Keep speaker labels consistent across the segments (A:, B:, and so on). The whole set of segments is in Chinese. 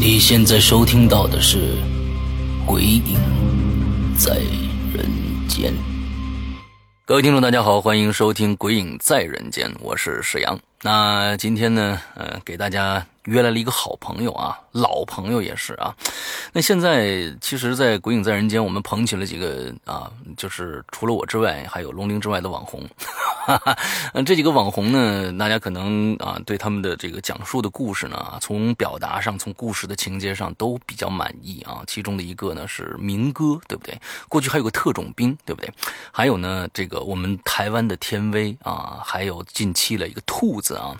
A: 你现在收听到的是《鬼影在人间》。各位听众，大家好，欢迎收听《鬼影在人间》，我是史阳。那今天呢，呃，给大家约来了一个好朋友啊，老朋友也是啊。那现在其实，在《鬼影在人间》，我们捧起了几个啊，就是除了我之外，还有龙鳞之外的网红。 哈哈，嗯，这几个网红呢，大家可能啊对他们的这个讲述的故事呢，啊从表达上，从故事的情节上都比较满意啊。其中的一个呢是民歌，对不对？过去还有个特种兵，对不对？还有呢，这个我们台湾的天威啊，还有近期的一个兔子啊，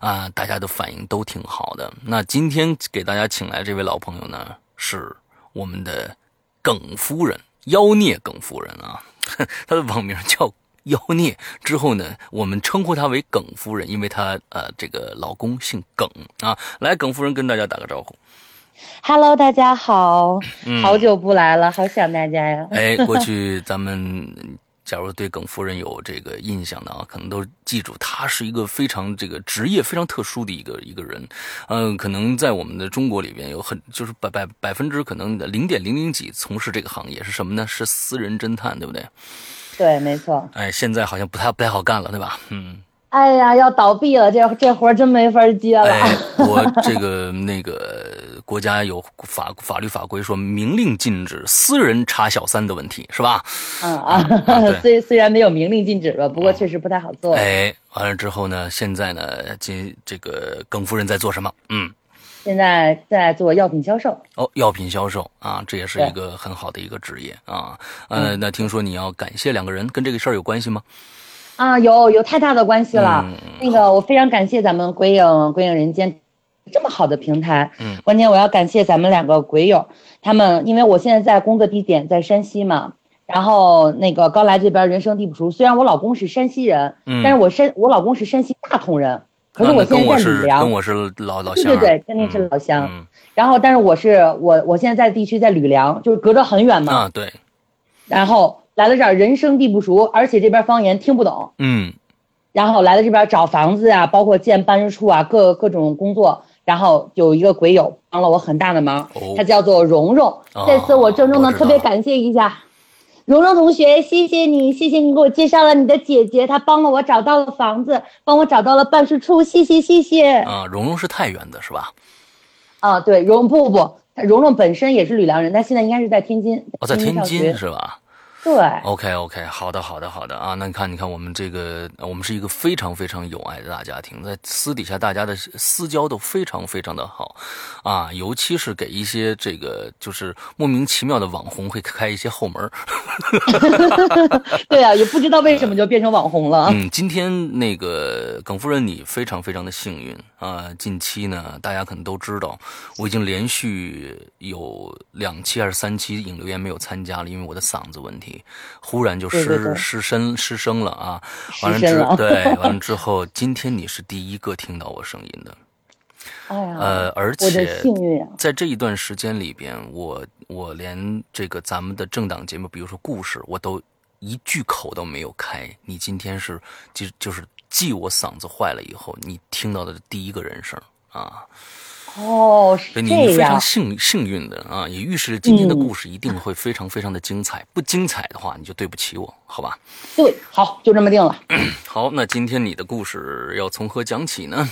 A: 啊，大家的反应都挺好的。那今天给大家请来这位老朋友呢，是我们的耿夫人，妖孽耿夫人啊， 她的网名叫。妖孽之后呢，我们称呼她为耿夫人，因为她呃这个老公姓耿啊。来，耿夫人跟大家打个招呼。
B: Hello，大家好，
A: 嗯
B: 好久不来了，好想大家呀。
A: 哎，过去咱们假如对耿夫人有这个印象的啊，可能都记住她是一个非常这个职业非常特殊的一个一个人。嗯、可能在我们的中国里边有很就是百百百分之可能零点零零几从事这个行业是什么呢？是私人侦探，对不对？
B: 对，没错。
A: 哎，现在好像不太不太好干了，对吧？嗯。
B: 哎呀，要倒闭了，这这活儿真没法接了。
A: 哎，我这个那个国家有法法律法规说明令禁止私人查小三的问题，是吧？
B: 嗯
A: 啊
B: 啊
A: 对，嗯
B: 虽虽然没有明令禁止吧，不过确实不太好做。
A: 哎，完了之后呢，现在呢，这这个耿夫人在做什么？嗯，
B: 现在在做药品销售，
A: 哦，药品销售啊，这也是一个很好的一个职业啊。
B: 嗯
A: 呃，那听说你要感谢两个人，跟这个事儿有关系吗？
B: 啊，有有太大的关系了。
A: 嗯
B: 那个，我非常感谢咱们鬼影鬼影人间这么好的平台。
A: 嗯，
B: 关键我要感谢咱们两个鬼友，他们因为我现在在工作地点在山西嘛，然后那个刚来这边人生地不熟，虽然我老公是山西人，
A: 嗯啊
B: 但是我山我老公是山西大同人，可是
A: 那
B: 我
A: 跟
B: 现
A: 我
B: 在在
A: 是
B: 吕
A: 跟
B: 梁。
A: 我是老老
B: 对
A: 乡
B: 对
A: 儿，
B: 对，肯定是老乡。
A: 嗯
B: 然后，但是我是我，我现在在地区在吕梁，就是隔着很远
A: 嗯
B: 嘛。
A: 啊，对，
B: 然后来了这儿，人生地不熟，而且这边方言听不懂。
A: 嗯
B: 然后来了这边找房子啊，包括建办事处啊，各各种工作。然后有一个鬼友帮了我很大的忙，
A: 哦
B: 他叫做蓉蓉。
A: 哦
B: 这次我郑重
A: 我知
B: 的
A: 道
B: 特别感谢一下蓉蓉同学，谢谢你，谢谢你给我介绍了你的姐姐，她帮了我找到了房子，帮我找到了办事处，谢谢谢谢。
A: 啊，蓉蓉是太原的，是吧？
B: 啊，对，蓉不不不，她蓉蓉本身也是吕梁人，但现在应该是在天津，
A: 哦，在天
B: 上
A: 津哦
B: 学
A: 是吧？
B: 对，
A: OK OK，好的好的好的啊，那你看你看我们这个，呃我们是一个非常非常有爱的大家庭，在私底下大家的私交都非常非常的好，啊，尤其是给一些这个就是莫名其妙的网红会开一些后门儿，
B: 对啊，也不知道为什么就变成网红了。
A: 嗯，今天那个耿夫人，你非常非常的幸运啊、近期呢，大家可能都知道，我已经连续有两期还是三期影留言没有参加了，因为我的嗓子问题，忽然就失
B: 对对对
A: 失声失声了啊。
B: 失
A: 完了
B: 声
A: 之
B: 了
A: 对，完了之后，今天你是第一个听到我声音的，
B: 哎呀，
A: 呃，而
B: 我的
A: 且
B: 幸运啊！
A: 在这一段时间里边，我我连这个咱们的政党节目，比如说故事，我都一句口都没有开。你今天是就就是继我嗓子坏了以后，你听到的第一个人声啊，所
B: 哦，是
A: 以你你
B: 这
A: 非常
B: 样。
A: 幸幸运的啊，也预示着今天的
B: 嗯
A: 故事一定会非常非常的精彩。不精彩的话，你就对不起我，好吧？
B: 对，好，就这么定了。
A: 好，那今天你的故事要从何讲起呢？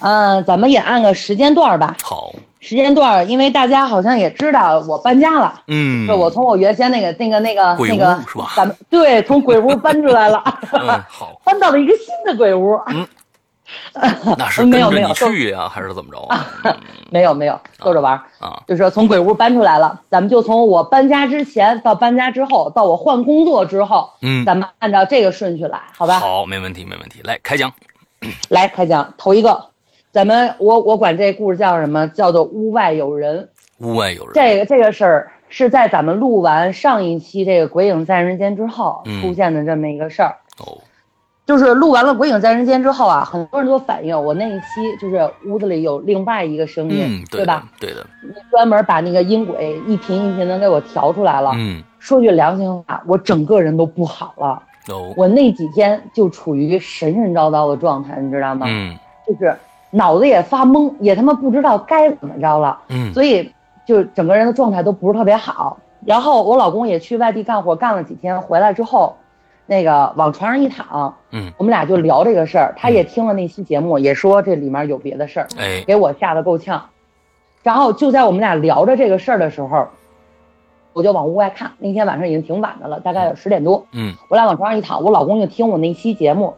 B: 嗯、咱们也按个时间段儿吧。
A: 好，
B: 时间段儿，因为大家好像也知道我搬家了，
A: 嗯
B: 是，我从我原先那个那个那个
A: 鬼屋
B: 那个
A: 是吧
B: 咱们对，从鬼屋搬出来了，
A: 嗯，好，
B: 搬到了一个新的鬼屋。
A: 嗯那是
B: 没
A: 跟
B: 有
A: 着
B: 没
A: 你
B: 有
A: 去呀、还是怎么着啊？
B: 没有没有，逗着玩儿，
A: 啊，
B: 就说从鬼屋搬出来了，咱们就从我搬家之前到搬家之后，到我换工作之后，
A: 嗯，
B: 咱们按照这个顺序来，好吧？
A: 好，没问题，没问题。来开讲，
B: 来开讲头一个，咱们我我管这故事叫什么？叫做屋外有人。
A: 屋外有人。
B: 这个这个事儿是在咱们录完上一期这个《鬼影在人间》之后
A: 嗯
B: 出现的这么一个事儿。
A: 哦，
B: 就是录完了《鬼影在人间》之后啊，很多人都反映我那一期就是屋子里有另外一个声音，
A: 嗯，
B: 对
A: 的
B: 吧？，
A: 对的，
B: 你专门把那个音轨一频一频的给我调出来了。
A: 嗯，
B: 说句良心话，我整个人都不好了，
A: 哦，
B: 我那几天就处于神神叨叨的状态，你知道吗？
A: 嗯
B: 就是脑子也发懵，也他妈不知道该怎么着了，
A: 嗯，
B: 所以就整个人的状态都不是特别好。然后我老公也去外地干活，干了几天回来之后，那个往床上一躺，
A: 嗯，
B: 我们俩就聊这个事儿，他也听了那期节目，也说这里面有别的事儿，
A: 哎，
B: 给我吓得够呛。然后就在我们俩聊着这个事儿的时候，我就往屋外看。那天晚上已经挺晚的了，大概有十点多。
A: 嗯
B: 我俩往床上一躺，我老公就听我那期节目，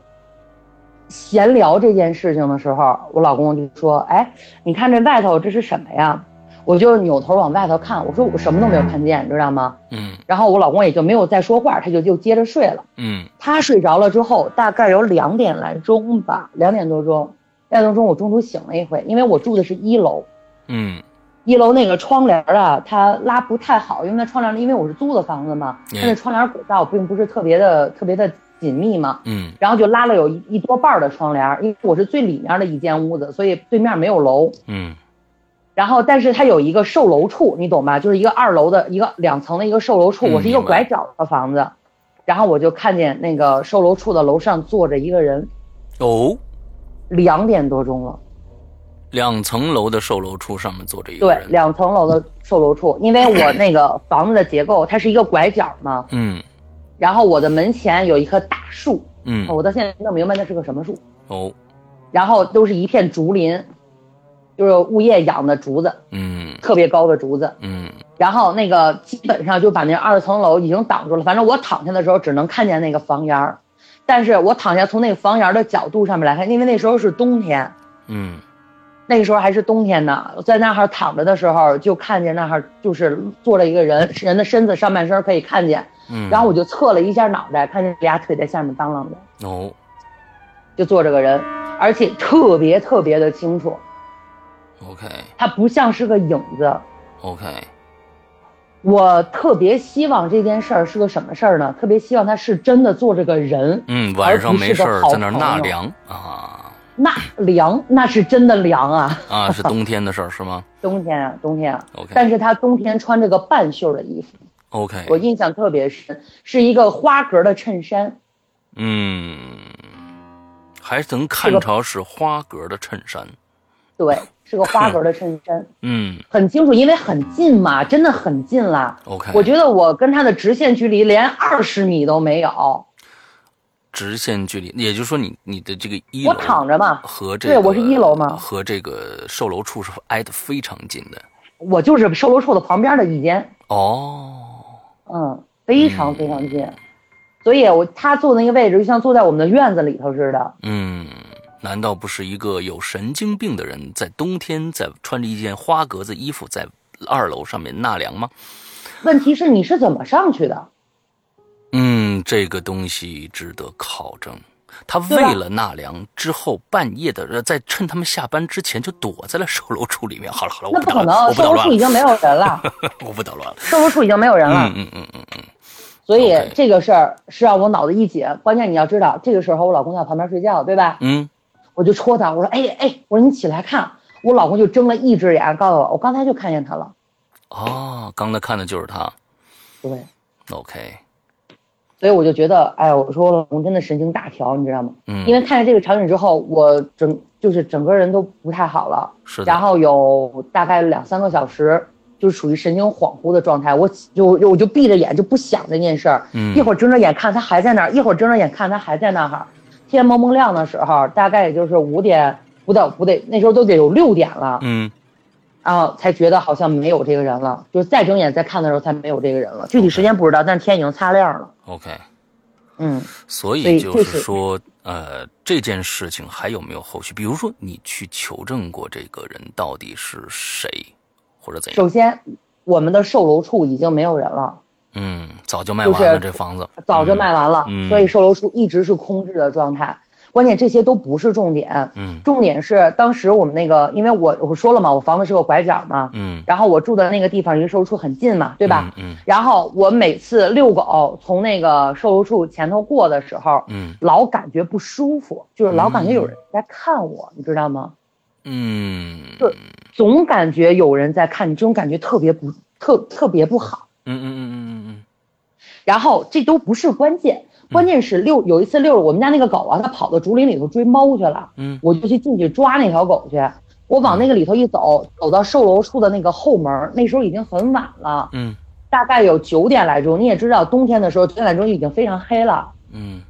B: 闲聊这件事情的时候，我老公就说：“哎，你看这外头这是什么呀？”我就扭头往外头看，我说我什么都没有看见，你知道吗？
A: 嗯
B: 然后我老公也就没有再说话，他就就接着睡了。
A: 嗯
B: 他睡着了之后，大概有两点来钟吧，两点多钟，两点多钟我中途醒了一回，因为我住的是一楼，
A: 嗯，
B: 一楼那个窗帘儿啊，它拉不太好，因为那窗帘，因为我是租的房子嘛，它那
A: 嗯
B: 窗帘轨道并不是特别的特别的紧密嘛，
A: 嗯
B: 然后就拉了有一一多半儿的窗帘儿，因为我是最里面的一间屋子，所以对面没有楼，
A: 嗯
B: 然后但是它有一个售楼处，你懂吧？就是一个二楼的一个两层的一个售楼处，
A: 嗯
B: 我是一个
A: 明白
B: 拐角的房子，然后我就看见那个售楼处的楼上坐着一个人，
A: 哦，
B: 两点多钟了，
A: 两层楼的售楼处上面坐着一个
B: 对，
A: 人，
B: 两层楼的售楼处，因为我那个房子的结构，它是一个拐角嘛，
A: 嗯
B: 然后我的门前有一棵大树，
A: 嗯，
B: 我到现在没弄明白那是个什么树，
A: 哦，
B: 然后都是一片竹林，就是物业养的竹子，
A: 嗯
B: 特别高的竹子，
A: 嗯
B: 然后那个基本上就把那二层楼已经挡住了，反正我躺下的时候只能看见那个房檐儿，但是我躺下从那个房檐儿的角度上面来看，因为那时候是冬天，
A: 嗯
B: 那个时候还是冬天呢，在那儿躺着的时候，就看见那儿就是坐着一个人，人的身子上半身可以看见，
A: 嗯，
B: 然后我就侧了一下脑袋，看见俩腿在下面当啷着，
A: 哦，
B: 就坐着个人，而且特别特别的清楚，
A: OK
B: 它不像是个影子。
A: OK，
B: 我特别希望这件事儿是个什么事儿呢？特别希望他是真的坐着个人，
A: 嗯，晚上没事
B: 而
A: 儿
B: 不是个好
A: 在那儿纳
B: 朋友
A: 凉啊
B: 那凉那是真的凉啊，
A: 啊，是冬天的事儿是 吗
B: 冬天啊，冬天啊。
A: ？OK
B: 但是他冬天穿着个半袖的衣服，我
A: OK，
B: 印象特别深，是一个花格的衬衫，
A: 嗯，还能看着是花格的衬衫，
B: 对，是个花格的衬衫，
A: 嗯
B: 很清楚，因为很近嘛，真的很近啦。
A: OK，
B: 我觉得我跟他的直线距离连二十米都没有，
A: 直线距离，也就是说你你的这个一哦
B: 我
A: 楼
B: 躺着嘛，
A: 和这个
B: 对我是一楼嘛
A: 和这个售楼处是挨得非常近的
B: 我就是售楼处的旁边的一间，
A: 哦，
B: 嗯，非常非常近。所以我他坐那个位置，就像坐在我们的院子里头似的。
A: 嗯。难道不是一个有神经病的人在冬天在穿着一件花格子衣服在二楼上面纳凉吗？
B: 问题是你是怎么上去的？
A: 嗯，这个东西值得考证。他
B: 对吧
A: 为了纳凉之后半夜的，呃在趁他们下班之前就躲在了售楼处里面。好了好了，我
B: 那
A: 不
B: 不
A: 捣
B: 可
A: 乱了，
B: 能，
A: 我不
B: 售
A: 捣
B: 楼
A: 乱
B: 处已
A: 了，
B: 经没有人了，
A: 我不捣乱了。
B: 售楼处已经没有人了
A: 嗯。嗯嗯嗯嗯，
B: 所以
A: OK
B: 这个事儿是让我脑子一紧。关键你要知道，这个时候我老公在旁边睡觉，对吧？
A: 嗯
B: 我就戳他，我说：“哎哎，我说你起来看。”我老公就睁了一只眼，告诉我，我刚才就看见他了。
A: 哦，刚才看的就是他。
B: 对，
A: OK，
B: 所以我就觉得，哎，我说我老公真的神经大条，你知道吗？
A: 嗯，
B: 因为看见这个场景之后，我整就是整个人都不太好了。
A: 是的，
B: 然后有大概两三个小时，就是属于神经恍惚的状态。我起就我就闭着眼就不想这件事儿，
A: 嗯
B: 一会儿睁着眼看他还在那儿，一会儿睁着眼看他还在那儿。天蒙蒙亮的时候，大概也就是五点，不到不对，那时候都得有六点了，
A: 嗯
B: 然后才觉得好像没有这个人了。就是再睁眼再看的时候，才没有这个人了。具体时间不知道，但是天已经擦亮了。
A: ，OK，
B: 嗯，
A: 所
B: 所
A: 以
B: 以
A: 就
B: 就是是
A: 说，呃，这件事情还有没有后续？比如说，你去求证过这个人到底是谁，或者怎样？
B: 首先，我们的售楼处已经没有人了，
A: 嗯，早就卖完了、
B: 就是
A: 这房子，
B: 早就卖完了，
A: 嗯
B: 所以售楼处一直是空置的状态。关键这些都不是重点，
A: 嗯
B: 重点是当时我们那个，因为我我说了嘛，我房子是个拐角嘛，
A: 嗯，
B: 然后我住的那个地方离售楼处很近嘛，对
A: 对
B: 吧？？
A: 嗯
B: 然后我每次遛狗从那个售楼处前头过的时候，
A: 嗯
B: 老感觉不舒服，就是老感觉有人在看我，你知道吗？
A: 嗯
B: 对总感觉有人在看你，这种感觉特别不特特别不好。
A: 嗯嗯嗯嗯
B: 然后这都不是关键，关键是遛有一次遛着我们家那个狗啊，它跑到竹林里头追猫去了，
A: 嗯
B: 我就去进去抓那条狗去。我往那个里头一走，走到售楼处的那个后门，那时候已经很晚了，
A: 嗯
B: 大概有九点来钟。你也知道，冬天的时候九点来钟已经非常黑了。
A: 嗯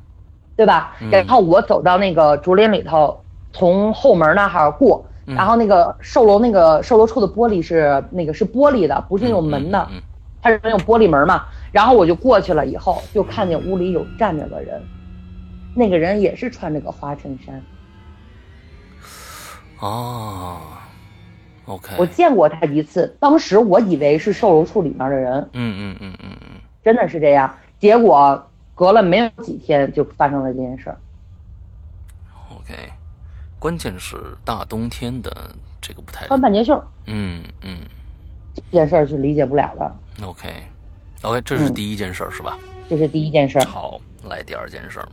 B: 对吧
A: 嗯？
B: 然后我走到那个竹林里头，从后门那哈儿过，
A: 嗯
B: 然后那个售楼那个售楼处的玻璃是那个是玻璃的，不是那种门的，
A: 嗯
B: 它是那种玻璃门嘛。然后我就过去了，以后就看见屋里有站着个人，那个人也是穿着个花衬衫，
A: 嗯哦，OK，
B: 我见过他一次，当时我以为是售楼处里面的人，
A: 嗯嗯嗯嗯嗯，
B: 真的是这样。结果隔了没有几天就发生了这件事儿。
A: OK，关键是大冬天的这个不太，
B: 穿半截袖儿
A: 嗯嗯
B: 这件事儿是理解不了的，
A: ，OK OK，这
B: 嗯
A: 是第一件事儿、是吧？
B: 这是第一件事儿。
A: 好，来第二件事儿，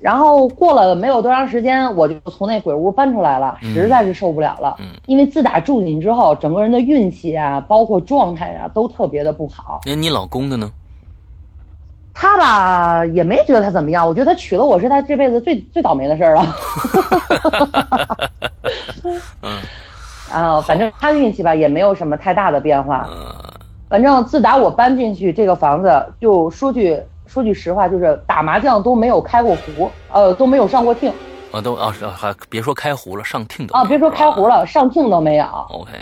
B: 然后过了没有多长时间，我就从那鬼屋搬出来了，
A: 嗯
B: 实在是受不了了。
A: 嗯
B: 因为自打住进去之后，整个人的运气啊，包括状态啊，都特别的不好。
A: 那你老公的呢？
B: 他吧也没觉得他怎么样，我觉得他娶了我是他这辈子最最倒霉的事儿了。
A: 嗯
B: 啊，反正他运气吧也没有什么太大的变化。
A: 呃
B: 反正自打我搬进去这个房子，就说句说句实话，就是打麻将都没有开过胡，呃，都没有上过厅
A: 啊都啊是还别说开胡了，上听都
B: 啊，别说开胡
A: 了
B: 了，上厅都没有。
A: ，OK，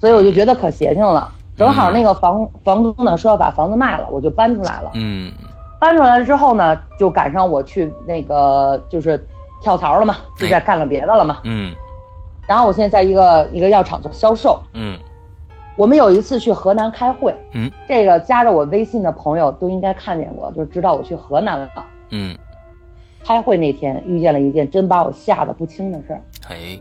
B: 所以我就觉得可邪性了。正好那个房房东呢说要把房子卖了，我就搬出来了。
A: 嗯
B: 搬出来之后呢，就赶上我去那个就是跳槽了嘛，就
A: 哎
B: 在干了别的了嘛。
A: 嗯
B: 然后我现在在一个一个药厂做销售。
A: 嗯
B: 我们有一次去河南开会，
A: 嗯，
B: 这个加着我微信的朋友都应该看见过，就知道我去河南了。
A: 嗯，
B: 开会那天遇见了一件真把我吓得不轻的事儿。
A: 哎，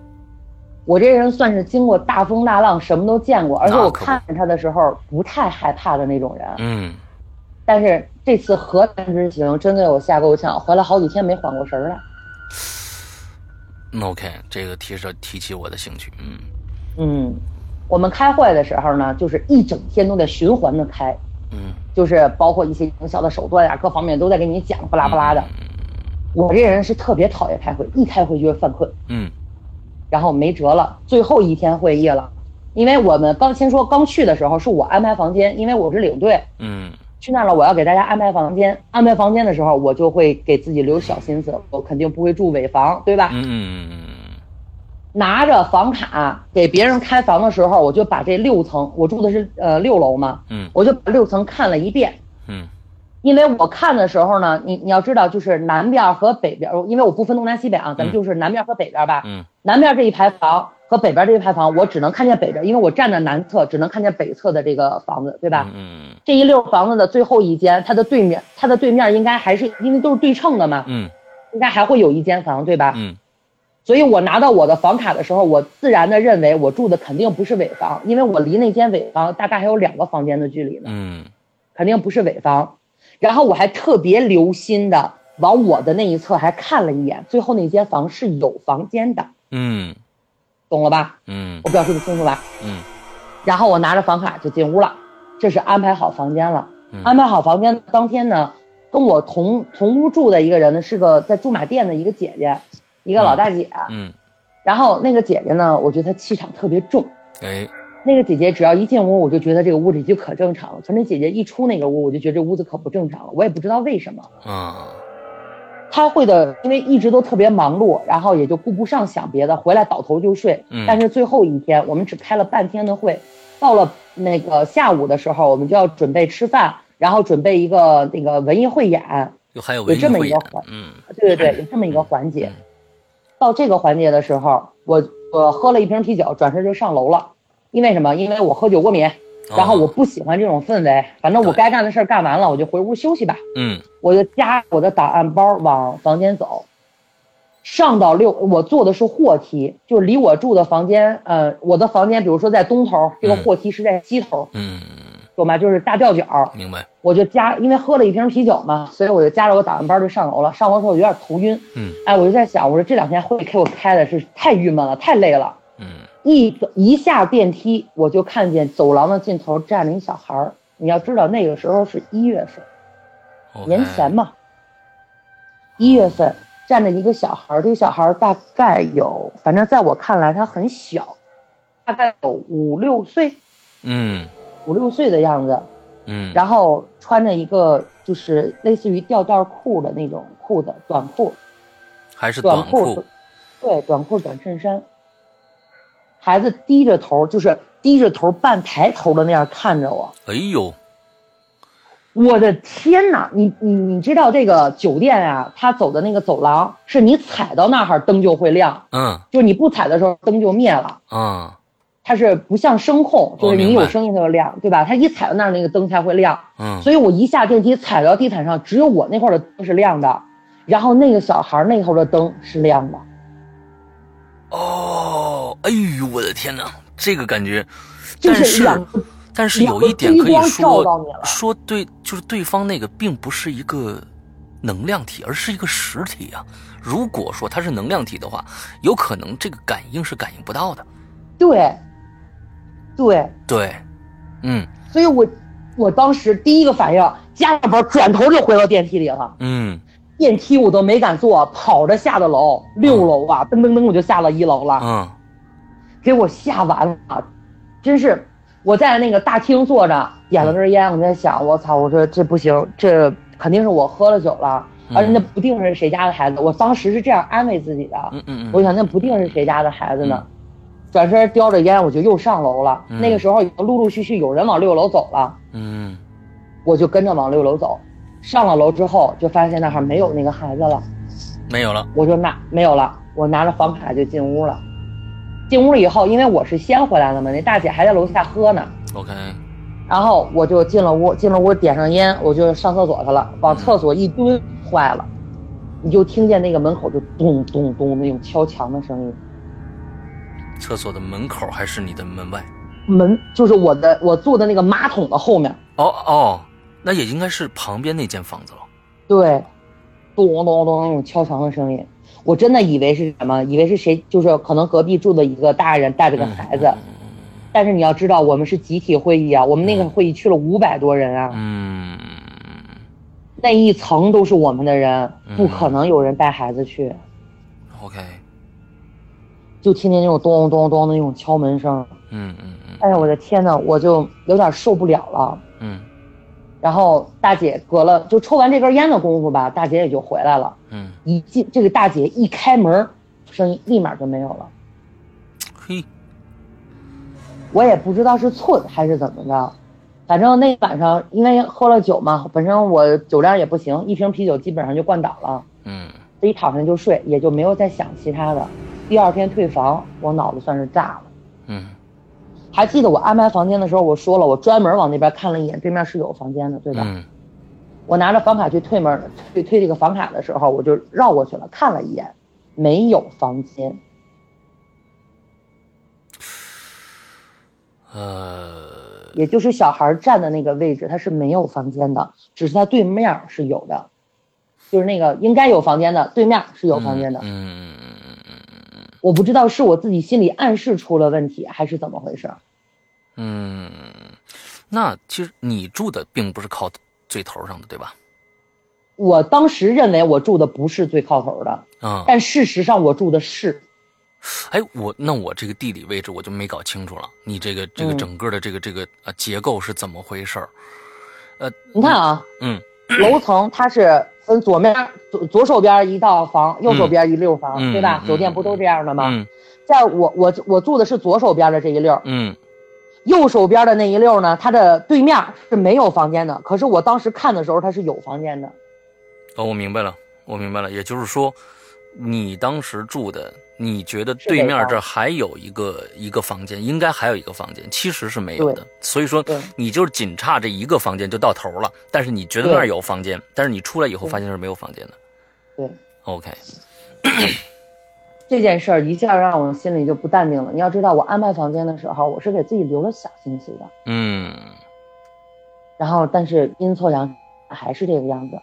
B: 我这人算是经过大风大浪，什么都见过，而且
A: 那
B: 我
A: 可不
B: 看见他的时候不太害怕的那种人。
A: 嗯
B: 但是这次河南之行真给我吓够呛，回来好几天没缓过神儿来。
A: 嗯 OK，这个提着提起我的兴趣，嗯
B: 嗯，我们开会的时候呢，就是一整天都在循环的开，
A: 嗯，
B: 就是包括一些营销的手段呀、各方面都在给你讲，巴拉巴拉的。我这人是特别讨厌开会，一开会就会犯困，
A: 嗯
B: 然后没辙了，最后一天会议了。因为我们刚先说刚去的时候是我安排房间，因为我是领队，
A: 嗯
B: 去那儿了，我要给大家安排房间。安排房间的时候，我就会给自己留小心思，我肯定不会住尾房，对吧？
A: 嗯嗯
B: 拿着房卡给别人开房的时候，我就把这六层，我住的是呃六楼嘛，
A: 嗯
B: 我就把六层看了一遍。
A: 嗯
B: 因为我看的时候呢，你你要知道，就是南边和北边，因为我不分东南西北啊，咱们就是南边和北边吧。
A: 嗯
B: 南边这一排房和北边这一排房，我只能看见北边，因为我站在南侧，只能看见北侧的这个房子，对吧？
A: 嗯
B: 这一溜房子的最后一间，它的对面，它的对面应该还是因为都是对称的嘛，
A: 嗯
B: 应该还会有一间房，对吧？
A: 嗯
B: 所以我拿到我的房卡的时候，我自然的认为我住的肯定不是尾房，因为我离那间尾房大概还有两个房间的距离呢，
A: 嗯
B: 肯定不是尾房。然后我还特别留心的往我的那一侧还看了一眼，最后那间房是有房间的，
A: 嗯
B: 懂了吧？
A: 嗯
B: 我表示的清楚吧？
A: 嗯。
B: 然后我拿着房卡就进屋了，这是安排好房间了。
A: 嗯
B: 安排好房间当天呢，跟我同同屋住的一个人呢，是个在驻马店的一个姐姐，一个老大姐。
A: 嗯，
B: 然后那个姐姐呢，我觉得她气场特别重。
A: 哎，
B: 那个姐姐只要一进屋，我就觉得这个屋里就可正常了。可那姐姐一出那个屋，我就觉得这屋子可不正常了。我也不知道为什么，
A: 啊，
B: 开会的，因为一直都特别忙碌，然后也就顾不上想别的，回来倒头就睡。
A: 嗯
B: 但是最后一天，我们只开了半天的会，到了那个下午的时候，我们就要准备吃饭，然后准备一个那个文艺汇演。
A: 又还有文艺
B: 有这么
A: 汇
B: 一个
A: 演
B: 环，
A: 嗯
B: 对对对，有这么一个环节。到这个环节的时候，我我喝了一瓶啤酒，转身就上楼了。因为什么？因为我喝酒过敏，然
A: 啊
B: 后我不喜欢这种氛围。反正我
A: 对
B: 该干的事儿干完了，我就回屋休息吧。
A: 嗯
B: 我就夹我的档案包往房间走，上到六，我坐的是货梯，就是离我住的房间，呃，我的房间，比如说在东头，这个货梯是在西头，
A: 嗯，
B: 懂吗？就是大吊脚，
A: 明白，
B: 我就夹，因为喝了一瓶啤酒嘛，所以我就夹着我档案包就上楼了。上楼之后我有点头晕，
A: 嗯
B: 哎，我就在想，我说这两天会给我开的是太郁闷了，太累了。
A: 嗯
B: 一走一下电梯，我就看见走廊的尽头站着一小孩儿。你要知道，那个时候是一月份，
A: ，OK，
B: 年前嘛，一月份站着一个小孩儿，这个小孩儿大概有，反正在我看来他很小，大概有五六岁，
A: 嗯
B: 五六岁的样子，
A: 嗯，
B: 然后穿着一个就是类似于吊带裤的那种裤子，短裤，
A: 还是
B: 短
A: 短
B: 裤
A: 裤，，
B: 对，短裤短衬衫。孩子低着头，就是低着头半抬头的那样看着我，
A: 哎呦，
B: 我的天呐，你你你知道这个酒店啊，它走的那个走廊，是你踩到那儿灯就会亮，
A: 嗯
B: 就是你不踩的时候灯就灭了。
A: 嗯
B: 它是不像声控，就是你
A: 哦明白
B: 有声音它就亮，对吧？它一踩到那儿那个灯才会亮。
A: 嗯，
B: 所以我一下电梯踩到地毯上，只有我那块儿的灯是亮的，然后那个小孩儿那头的灯是亮的。
A: 哦，哎呦，我的天哪，这个感觉，
B: 就
A: 但
B: 是
A: 是
B: 两个
A: 但是有一点
B: 两
A: 可
B: 个
A: 以
B: 追光照到你
A: 说
B: 了
A: 说对，就是对方那个并不是一个能量体，而是一个实体啊。如果说它是能量体的话，有可能这个感应是感应不到的。
B: 对，对，
A: 对，嗯
B: 所以我我当时第一个反应，加了包转头就回到电梯里了，
A: 嗯
B: 电梯我都没敢坐，跑着下的楼，六楼啊，噔噔噔我就下了一楼了，
A: 嗯
B: 给我吓完了，真是。我在那个大厅坐着，点
A: 嗯
B: 了根烟，我在想，我操，我说这不行，这肯定是我喝了酒了，
A: 嗯
B: 而且那不定是谁家的孩子。我当时是这样安慰自己的，
A: 嗯嗯
B: 我
A: 嗯，
B: 想那不定是谁家的孩子呢。转身叼着烟，我就又上楼了。
A: 嗯
B: 那个时候已经陆陆续续有人往六楼走了，
A: 嗯
B: 我就跟着往六楼走。上了楼之后，就发现那儿没有那个孩子了，
A: 没有了。
B: 我就拿没有了，我拿着房卡就进屋了。进屋了以后，因为我是先回来的嘛，那大姐还在楼下喝呢。
A: OK，
B: 然后我就进了屋，进了屋点上烟，我就上厕所去了。往厕所一蹲，坏了，你就听见那个门口就咚咚咚那种敲墙的声音。
A: 厕所的门口还是你的门外？
B: 门，就是我的我坐的那个马桶的后面。
A: 哦哦，那也应该是旁边那间房子了。
B: 对，咚咚咚咚那种敲墙的声音，我真的以为是什么？以为是谁？就是可能隔壁住的一个大人带着个孩
A: 嗯
B: 子。但是你要知道，我们是集体会议啊，我们那个会议去了五百多人啊，
A: 嗯，
B: 那一层都是我们的人，不
A: 嗯
B: 可能有人带孩子去。
A: OK，
B: 就听见那种咚咚咚的那种敲门声，
A: 嗯嗯嗯
B: 哎呀，我的天呐，我就有点受不了了。
A: 嗯
B: 然后大姐隔了就抽完这根烟的功夫吧，大姐也就回来了。
A: 嗯，
B: 一进这个大姐一开门，声音立马就没有了。
A: 嘿，
B: 我也不知道是寸还是怎么着，反正那晚上因为喝了酒嘛，本身我酒量也不行，一瓶啤酒基本上就灌倒了，
A: 嗯
B: 自己躺上就睡，也就没有再想其他的。第二天退房，我脑子算是炸了。
A: 嗯
B: 还记得我安排房间的时候，我说了，我专门往那边看了一眼，对面是有房间的，对吧？
A: 嗯
B: 我拿着房卡去退门退退这个房卡的时候，我就绕过去了，看了一眼，没有房间。
A: 呃，
B: 也就是小孩站的那个位置，它是没有房间的，只是它对面儿是有的，就是那个应该有房间的对面儿是有房间的。
A: 嗯嗯嗯嗯
B: 我不知道是我自己心理暗示出了问题，还是怎么回事儿。
A: 嗯，那其实你住的并不是靠最头上的，对吧？
B: 我当时认为我住的不是最靠头的，
A: 嗯，
B: 但事实上我住的是。
A: 哎，我那我这个地理位置我就没搞清楚了，你这个这个
B: 嗯
A: 整个的这个这个呃结构是怎么回事儿？
B: 你看啊，
A: 嗯
B: 楼层它是分左面左左手边一道房，右手边一溜房，
A: 嗯
B: 对吧？
A: 嗯
B: 酒店不都这样的吗？
A: 嗯
B: 在我我我住的是左手边的这一溜儿，
A: 嗯
B: 右手边的那一溜儿呢，它的对面是没有房间的。可是我当时看的时候，它是有房间的。
A: 哦，我明白了，我明白了。也就是说，你当时住的，你觉得
B: 是北
A: 对面
B: 方
A: 这还有一个一个房间，应该还有一个房间，其实是没有的。所以说
B: 对，
A: 你就是仅差这一个房间就到头了。但是你觉得
B: 对
A: 那儿有房间，但是你出来以后
B: 对
A: 发现是没有房间的。
B: 对
A: OK，
B: 这件事儿，一下让我心里就不淡定了。你要知道，我安排房间的时候，我是给自己留了小心思的。
A: 嗯，
B: 然后，但是阴错阳差还是这个样子。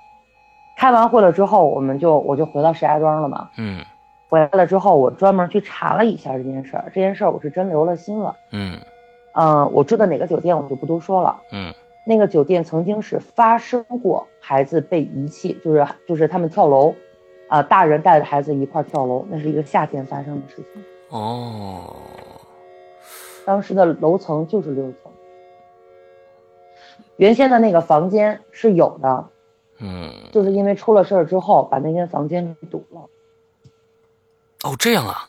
B: 开完会了之后，我们就我就回到石家庄了嘛。
A: 嗯，
B: 回来了之后，我专门去查了一下这件事儿，这件事儿我是真留了心了。
A: 嗯，
B: 嗯、我住的哪个酒店我就不多说了。
A: 嗯，
B: 那个酒店曾经是发生过孩子被遗弃，就是就是他们跳楼，啊、大人带着孩子一块儿跳楼，那是一个夏天发生的事情。
A: 哦，
B: 当时的楼层就是六层，原先的那个房间是有的，
A: 嗯，
B: 就是因为出了事儿之后，把那间房间给堵了。
A: 哦，这样啊。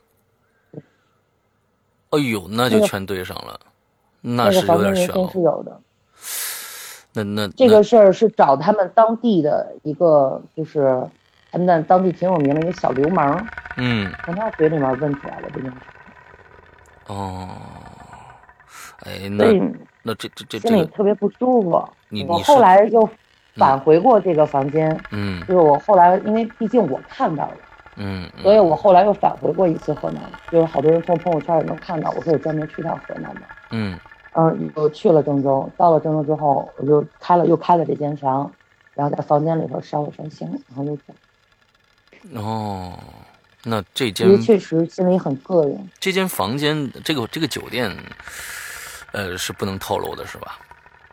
A: 哎呦，那就
B: 那个
A: 全对上了，那
B: 那个
A: 是
B: 房
A: 有
B: 间
A: 点
B: 原
A: 悬
B: 先
A: 了
B: 是。有的。
A: 那那
B: 这个事儿是找他们当地的一个，就是他们那当地挺有名的一个小流氓，
A: 那嗯。
B: 从他嘴里面问出来了这件事。
A: 哦，哎，那
B: 所以
A: 那这这这这
B: 心里
A: 个，
B: 特别不舒服。
A: 你
B: 我
A: 你嗯是
B: 后来又返回过这个房间，
A: 嗯
B: 就是我后来因为毕竟我看到了，
A: 嗯
B: 所
A: 嗯
B: 以我后来又返回过一次河南，就是好多人从朋友圈也能看到，我说我专门去趟河南的。
A: 嗯
B: 嗯，我去了郑州，到了郑州之后，我就开了又开了这间房，然后在房间里头烧了烧香，然后又走。
A: 哦，那这间
B: 因为确实心里很膈应。
A: 这间房间这个这个酒店，呃，是不能透露的是吧？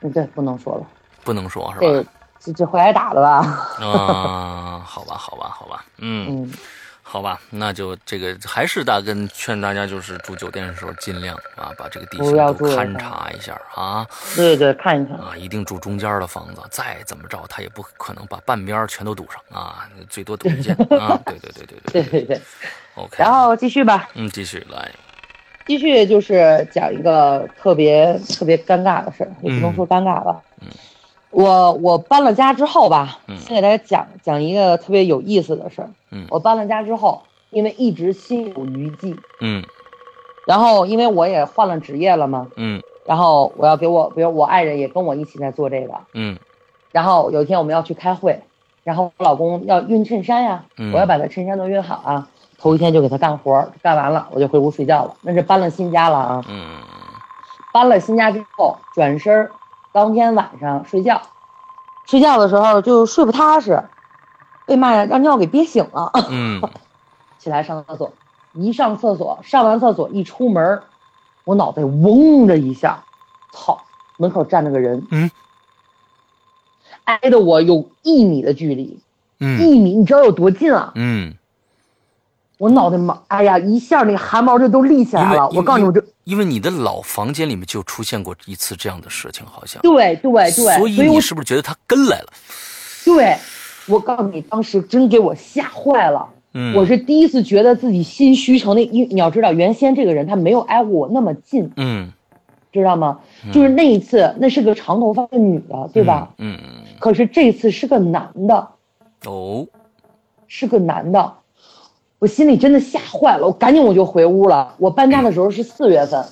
B: 嗯，对，不能说了，
A: 不能说是
B: 这
A: 吧？
B: 这这回挨打了吧？
A: 啊，好吧，好吧，好吧，嗯，
B: 嗯，
A: 好吧，那就这个还是大跟劝大家，就是住酒店的时候尽量啊，把这个地
B: 不
A: 形
B: 要
A: 都
B: 住
A: 勘
B: 了
A: 察一下啊。
B: 对对，看一 看，
A: 啊，一定住中间的房子，再怎么着，他也不可能把半边儿全都堵上啊，最多堵一间啊。对对对对
B: 对
A: 对
B: 对对。
A: ，OK。
B: 然后继续吧，
A: 嗯，继续来，
B: 继续就是讲一个特别特别尴尬的事儿，也不能说尴尬吧。
A: 嗯
B: 我我搬了家之后吧，
A: 嗯
B: 先给大家讲讲一个特别有意思的事儿。
A: 嗯
B: 我搬了家之后，因为一直心有余悸，
A: 嗯
B: 然后因为我也换了职业了嘛，
A: 嗯
B: 然后我要给我，比如我爱人也跟我一起在做这个，
A: 嗯
B: 然后有一天我们要去开会，然后我老公要熨衬衫呀、
A: 嗯
B: 我要把他衬衫都熨好啊，头一天就给他干活儿，干完了我就回屋睡觉了。那是搬了新家了啊，
A: 嗯
B: 搬了新家之后，转身儿当天晚上睡觉，睡觉的时候就睡不踏实，被妈呀让尿给憋醒了，
A: 嗯
B: 起来上厕所，一上厕所，上完厕所一出门儿，我脑袋嗡的一下，操，门口站着个人，
A: 嗯，
B: 挨得我有一米的距离，
A: 嗯
B: 一米你知道有多近啊？
A: 嗯，
B: 我脑袋毛，哎呀，一下那个汗毛这都立起 来了。
A: 因为
B: 我告诉你，我这
A: 因为你的老房间里面就出现过一次这样的事情，好像。
B: 对对对，
A: 所
B: 所
A: 以
B: 我
A: 你是不是觉得他跟来了？
B: 对，我告诉你，当时真给我吓坏了。
A: 嗯，
B: 我是第一次觉得自己心虚成那，因为你要知道，原先这个人他没有挨过我那么近，
A: 嗯，
B: 知道吗？就是那一次，那是个长头发的女的，对吧？？
A: 嗯嗯
B: 可是这次是个男的，
A: 哦，
B: 是个男的，我心里真的吓坏了，我赶紧我就回屋了。我搬家的时候是四月份，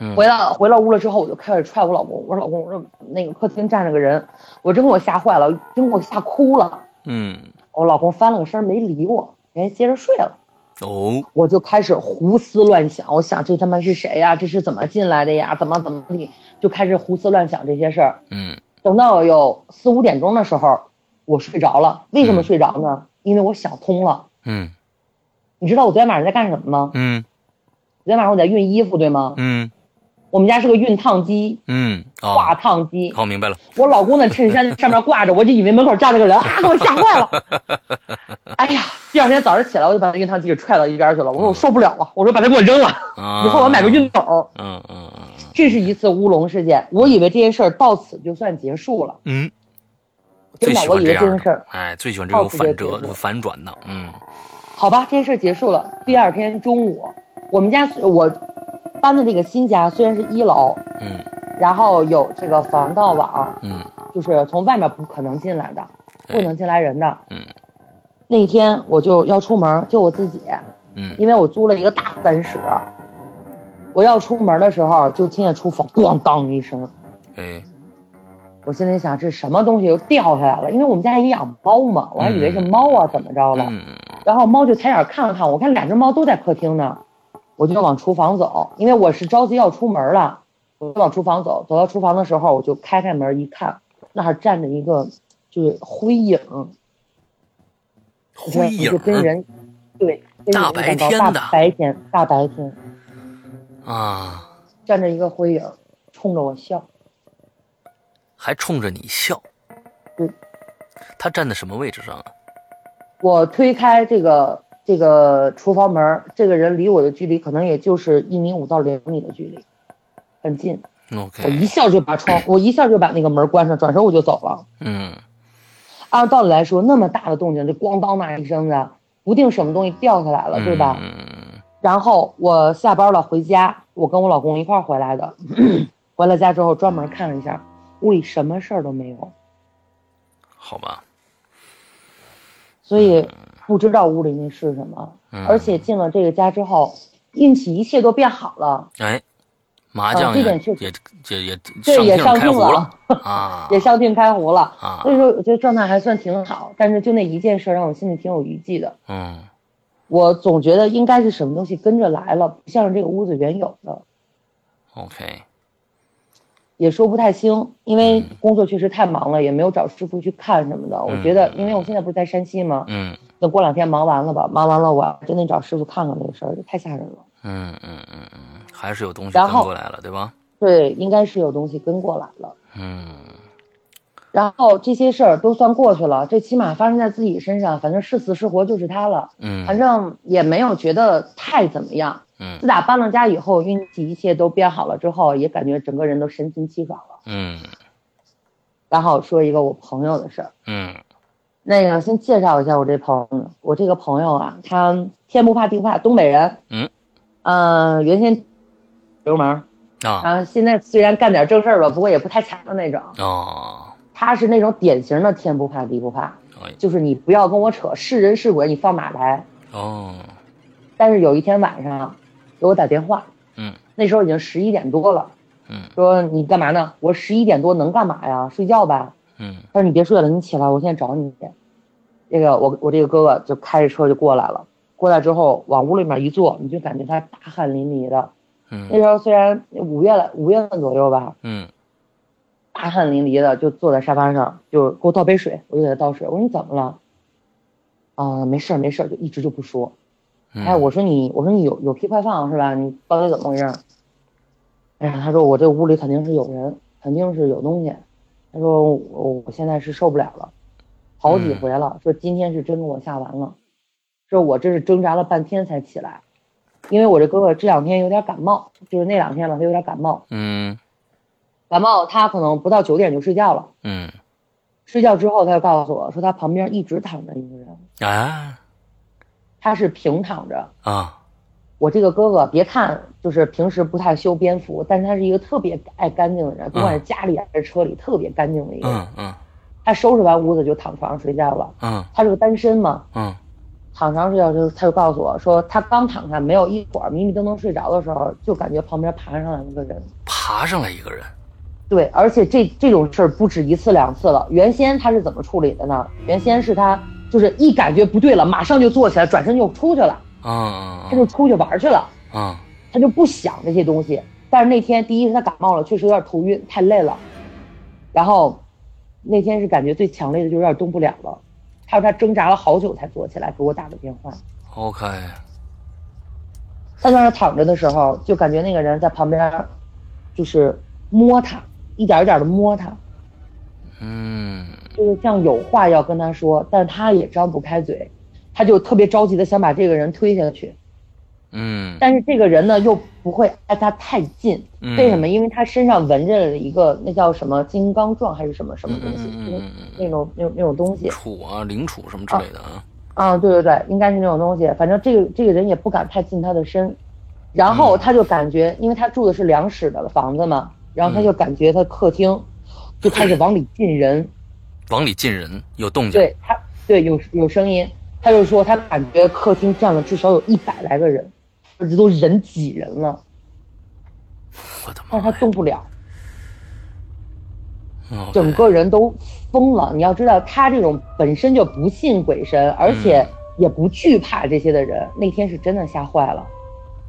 A: 嗯
B: 回到回到屋了之后，我就开始踹我老公，我说老公，我说那个客厅站着个人，我真给我吓坏了，真给我吓哭了。
A: 嗯
B: 我哦老公翻了个身儿没理我，人家接着睡了。
A: 哦，
B: 我就开始胡思乱想，我想这他妈是谁呀、这是怎么进来的呀？怎么怎么地？就开始胡思乱想这些事儿。
A: 嗯
B: 等到有四五点钟的时候，我睡着了。为什么睡着呢？因为我想通了。
A: 嗯
B: 你知道我昨天晚上在干什么吗？
A: 嗯
B: 昨天晚上我在熨衣服，对吗？
A: 嗯
B: 我们家是个熨烫机，
A: 嗯
B: 挂
A: 哦，
B: 烫机。
A: 好，明白了。
B: 我老公的衬衫上面挂着，我就以为门口站了个人，啊，给我吓坏了。哎呀，第二天早上起来，我就把那熨烫机给踹到一边去了。我说我受不了啊，我说把它给我扔了，
A: 啊，
B: 以后我买个熨斗。
A: 嗯嗯嗯嗯
B: 这是一次乌龙事件，我以为这件事儿到此就算结束了。
A: 嗯。
B: 真
A: 最
B: 的
A: 喜，
B: 我
A: 欢
B: 以
A: 这
B: 为这
A: 样
B: 件事
A: 的
B: 儿，
A: 哎，最喜欢这种
B: 到此就
A: 反
B: 结
A: 折、
B: 束
A: 反转的，嗯
B: 好吧，这件事儿结束了。第二天中午，我们家我搬的这个新家虽然是一楼，
A: 嗯
B: 然后有这个防盗网，
A: 嗯
B: 就是从外面不可能进来的。不能进来人的。
A: 嗯，
B: 那天我就要出门，就我自己，
A: 嗯
B: 因为我租了一个大三室。我要出门的时候，就听见厨房咣当一声，
A: 哎，
B: 我心里想这什么东西又掉下来了，因为我们家也养猫嘛，我还以为是猫啊，怎么着了？
A: 嗯
B: 然后猫就抬眼看了看，我看两只猫都在客厅呢，我就往厨房走，因为我是着急要出门了，我就往厨房走。走到厨房的时候，我就开开门一看，那儿站着一个就是灰影，
A: 灰
B: 一
A: 影
B: 个跟人，对，跟人
A: 大白天
B: 长
A: 的
B: 得大白天，大白天
A: 啊，
B: 站着一个灰影，冲着我笑，
A: 还冲着你笑。
B: 对，
A: 他站在什么位置上啊？
B: 我推开这个。这个厨房门，这个人离我的距离可能也就是一米五到两米的距离，很近。我
A: OK，
B: 一下就把窗，我一下就把那个门关上，转身我就走了。
A: 嗯
B: 按道理来说，那么大的动静，这咣当那一声的，不定什么东西掉下来了，对吧？
A: 嗯
B: 然后我下班了回家，我跟我老公一块儿回来的。 回了家之后，专门看了一下，屋里什么事儿都没有，
A: 好吧，
B: 所以不知道屋里面是什么。
A: 嗯
B: 而且进了这个家之后，运气一切都变好了，
A: 哎，麻将
B: 啊这
A: 也、
B: 点确
A: 也也也
B: 这也
A: 上
B: 上
A: 开
B: 镜
A: 胡
B: 了，
A: 啊
B: 也上进开胡了。
A: 啊
B: 所以说，我觉得状态还算挺好，但是就那一件事儿让我心里挺有余悸的。
A: 嗯
B: 我总觉得应该是什么东西跟着来了，不像是这个屋子原有的，
A: OK，
B: 也说不太清，因为
A: 嗯
B: 工作确实太忙了，也没有找师傅去看什么的。我觉得，因为我现在不是在山西吗？
A: 嗯
B: 等过两天忙完了吧，忙完了我真得找师傅看看这个事儿，这太吓人了。
A: 嗯嗯嗯嗯，还是有东西
B: 然
A: 跟
B: 后
A: 过来了，对吧？
B: 对，应该是有东西跟过来了。
A: 嗯
B: 然后这些事儿都算过去了，这起码发生在自己身上，反正是死是活就是他了，反
A: 嗯
B: 正也没有觉得太怎么样。
A: 嗯
B: 自打搬了家以后，运气一切都变好了之后，也感觉整个人都神清气爽了。
A: 嗯
B: 然后说一个我朋友的事儿。
A: 嗯
B: 那个先介绍一下我这朋友，我这个朋友啊，他天不怕地不怕，东北人。
A: 嗯，
B: 呃，原先流氓，
A: 啊
B: 然后现在虽然干点正事儿吧，不过也不太强的那种。
A: 哦，
B: 他是那种典型的天不怕地不怕，
A: 哎
B: 就是你不要跟我扯是人是鬼，你放马来。
A: 哦，
B: 但是有一天晚上给我打电话，
A: 嗯
B: 那时候已经十一点多了，
A: 嗯
B: 说你干嘛呢？我十一点多能干嘛呀？睡觉吧。
A: 嗯
B: 他说你别睡了，你起来，我现在找你去。这个我我这个哥哥就开着车就过来了，过来之后往屋里面一坐，你就感觉他大汗淋漓的。那
A: 嗯
B: 时候虽然五月了，五月份左右吧，
A: 嗯
B: 大汗淋漓的就坐在沙发上，就给我倒杯水，我就给他倒水。我说你怎么了？啊、没事儿没事儿，就一直就不说。
A: 嗯，
B: 哎，我说你，我说你有有屁快放是吧？你到底怎么回事儿？哎呀，他说我这屋里肯定是有人，肯定是有东西。他说我我现在是受不了了，好几
A: 嗯
B: 回了。说今天是真给我吓完了，说我这是挣扎了半天才起来，因为我这哥哥这两天有点感冒，就是那两天吧，他有点感冒，
A: 嗯
B: 感冒他可能不到九点就睡觉了，
A: 嗯
B: 睡觉之后他就告诉我说他旁边一直躺着一个人，
A: 哎
B: 他是平躺着，
A: 啊
B: 我这个哥哥，别看就是平时不太修边幅，但是他是一个特别爱干净的人，不管是家里还是车里，特别干净的一个人。
A: 嗯嗯
B: 他收拾完屋子就躺床上睡觉了。
A: 嗯
B: 他是个单身嘛，
A: 嗯
B: 躺床上睡觉就他就告诉我说，他刚躺下没有一会儿，迷迷瞪瞪睡着的时候，就感觉旁边爬上来一个人。
A: 爬上来一个人，
B: 对，而且这这种事儿不止一次两次了。原先他是怎么处理的呢？原先是他就是一感觉不对了，马上就坐起来，转身就出去了，
A: 嗯
B: 他就
A: 嗯
B: 出去玩去了。
A: 嗯
B: 他就不想这些东西。但是那天第一是他感冒了，确实有点头晕，太累了。然后那天是感觉最强烈的就是有点动不了了。他说他挣扎了好久才坐起来，给我打的电话。
A: ，OK，
B: 他在那儿躺着的时候，就感觉那个人在旁边，就是摸他，一点一点的摸他，
A: 嗯
B: 就是像有话要跟他说，但是他也张不开嘴，他就特别着急的想把这个人推下去。
A: 嗯
B: 但是这个人呢又不会挨他太近，
A: 嗯
B: 为什么？因为他身上纹着一个那叫什么金刚状还是什么什么东西，
A: 嗯嗯嗯嗯嗯
B: 那种那种那种东西
A: 楚啊，灵楚什么之类的啊，
B: 啊，对对对，应该是那种东西。反正这个这个人也不敢太近他的身，然后
A: 嗯
B: 他就感觉，因为他住的是两室的房子嘛，然后他就感觉他客厅就开始往里进人，
A: 往里进人，有动静。
B: 对他，对有有声音，他就说他感觉客厅站了至少有一百来个人，这都人挤人了，
A: 我的妈
B: 但是他
A: 呀！
B: 动不了，
A: 哦
B: 整个人都疯了。你要知道，他这种本身就不信鬼神，而且也不惧怕这些的人，那天是真的吓坏了。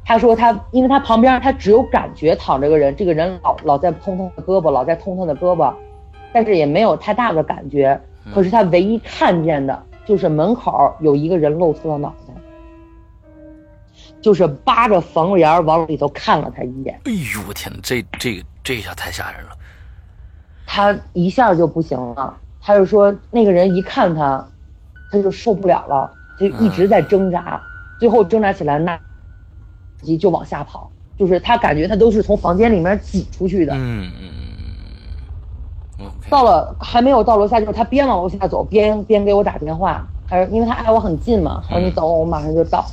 B: 他说他，因为他旁边他只有感觉躺着个人，这个人老老在碰他的胳膊，老在碰他的胳膊，但是也没有太大的感觉。可是他唯一看见的就是门口有一个人露出了脑袋，就是扒着房檐儿往里头看了他一眼。
A: 哎呦我天，这这这下太吓人了。
B: 他一下就不行了。他就说那个人一看他，他就受不了了，就一
A: 嗯
B: 直在挣扎，最后挣扎起来，那就往下跑，就是他感觉他都是从房间里面挤出去的。
A: 嗯嗯嗯嗯，OK。
B: 到了还没有到楼下，就是他边往楼下走边边给我打电话，他说因为他挨我很近
A: 嗯
B: 嘛，他说你等我，我马上就到。